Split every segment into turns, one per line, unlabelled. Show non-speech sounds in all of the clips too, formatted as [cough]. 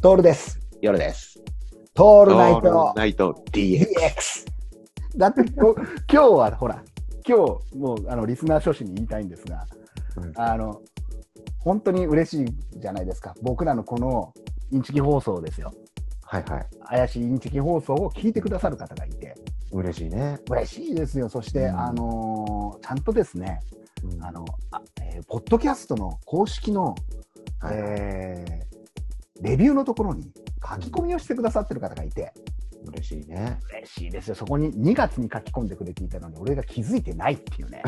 トールです。
夜です。
ト
オ
ールナイト
ナイト DX。
DX。だってこ、今日はほら、今日、もう、あの、リスナー諸氏に言いたいんですが、
うん
あの、本当に嬉しいじゃないですか。僕らのこの、インチキ放送ですよ。
はいはい。
怪しいインチキ放送を聞いてくださる方がいて、
嬉しいね。
嬉しいですよ。そして、
うん
あのーちゃんとですね、
うん
あの、あえーポッドキャストの公式の、
はい
えーレビューのところに書き込みをしてくださってる方がいて、
嬉しいね。
嬉しいですよ、そこに2月に書き込んでくれていたのに、俺が気づいてないって
[laughs]
いうね、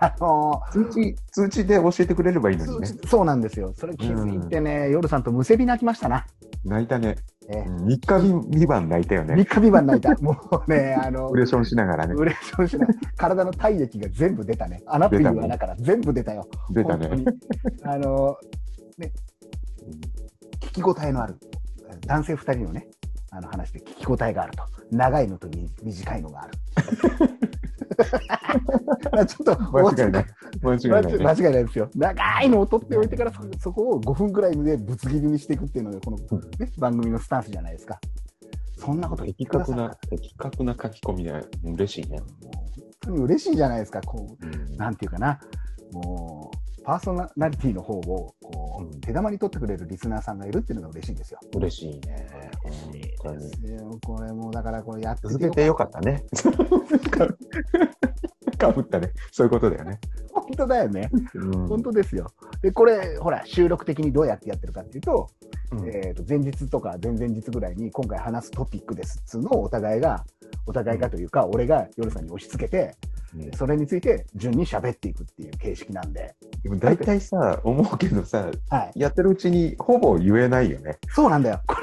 あの
通知、通知で教えてくれればいいのに
そ
ね。
そうなんですよ、それ気づいてね、夜さんとむせび泣きましたな、
泣いたね。
え
うん三日三晩泣いたよ
3
ね。
日三晩泣い
[laughs]
た、もうね、あの
オ、レーションしながらね。
うれしそうしない、 [laughs] 体の体液が全部出たね、穴っていう穴から全部出たよ、
出た
本
ね。
当にあのね、聞き応えのある、男性2人のね、あの話で聞き応えがあると、長いのとみ短いのがある。 [laughs] まあちょっと
間違いない。間違い
間
な
違
い
い
ね。
ないですよ。長いのを取っておいてからそ、そこを5分ぐらいでぶつ切りにしていくっていうのが、この、ね、番組のスタンスじゃないですか。そんなこと言って
的
くださ
確
ったら
な、的確な書き込みで嬉しいね。
もう本当に嬉しいじゃないですか。こ
うん
う、なんていうかな、もう、パーソナリティの方を、こ
う
う、
ん
手玉に取ってくれるリスナーさんがいるっていうのが嬉しいんですよ。
嬉しいね。本当に
ですよこれもうだからこれやって
続
て
け
よ
てよかったね。かぶったね。そういうことだよね。
本当だよね、
うん
本当ですよ。で、これ、ほら、収録的にどうやってやってるかっていうと、
うん
えー、と前日とか前々日ぐらいに今回話すトピックですっつうのをお互いがお互いがというか俺が夜さんに押し付けて
うん
それについて順に喋っていくっていう形式なんで、
でも大体さ、思うけどさ、
はい、
やってるうちにほぼ言えないよね。 [laughs]
そうなんだよこ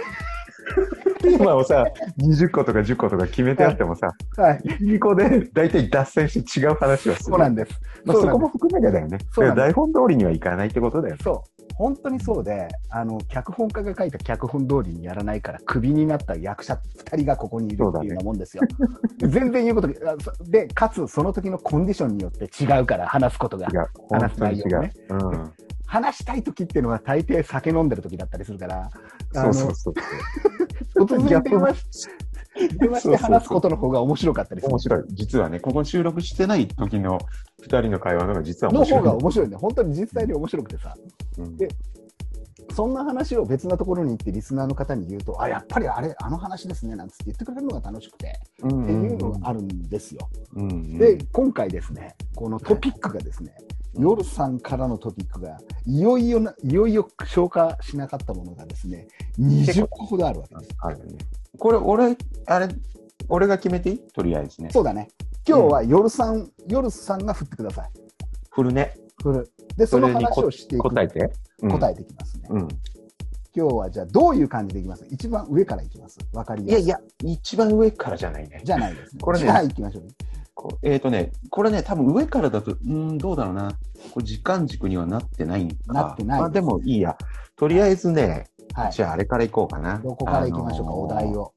テーマをさ、20個とか10個とか決めてあってもさ、
れ、はい、
1個で大体脱線して違う話をする。
そうなんです、
まあ、
そう
そ
なん
こ
で
も含めてだよね。
そうなんです
台本通りにはいかないってことだよね
す。そう本当にそうであの脚本家が書いた脚本通りにやらないからクビになった役者2人がここにいるっていうようなもんですよ、 [laughs] 全然言うことあそでかつその時のコンディションによって違うから話すことが
違う。本当に違う。
話
うん。
話したい時っていうのは大抵酒飲んでる時だったりするからあ
そ
の
うそうそう。
突然電話し電話して話すこと
の。
の方が面白かったりする
面白い。実はね、ここ収録してない時の2人の会話の方が実は
の
面白
方
い。
が面白いね本当に実際に面白くてさ
うん
でそんな話を別なところに行ってリスナーの方に言うとあやっぱりあれあの話ですねなんつって言ってくれるのが楽しくて
うん
っていうのがあるんですよ
うんうん
で今回ですねこのトピックがですね
うん
夜さんからのトピックがいよいよないよいよ消化しなかったものがですね20個ほどあるわけです
あるね。これ、俺、あれ、俺が決めていいとりあえずね。
そうだね。今日は夜さん、夜さんが振ってください。
フルね。
で、そ
それ
の
に
話をしていく。
答えて。
答
え。
えていきますね。
うん。
今日はじゃあ、どういう感じでいきます一番上からいきます。わかり
い
や
や
すい。
いや、一番上からじゃないね。
じゃないです、ね。
これね
じゃあ、いきましょう、ね。
こえっ、とね、これね、多分上からだと、うーん、どうだろうな。これ時間軸にはなってないんか。
なってない
まあでもいいや。とりあえずね、
はい。
じゃああれからいこうかな。
どこからいきましょうか、
あのー
お題。を。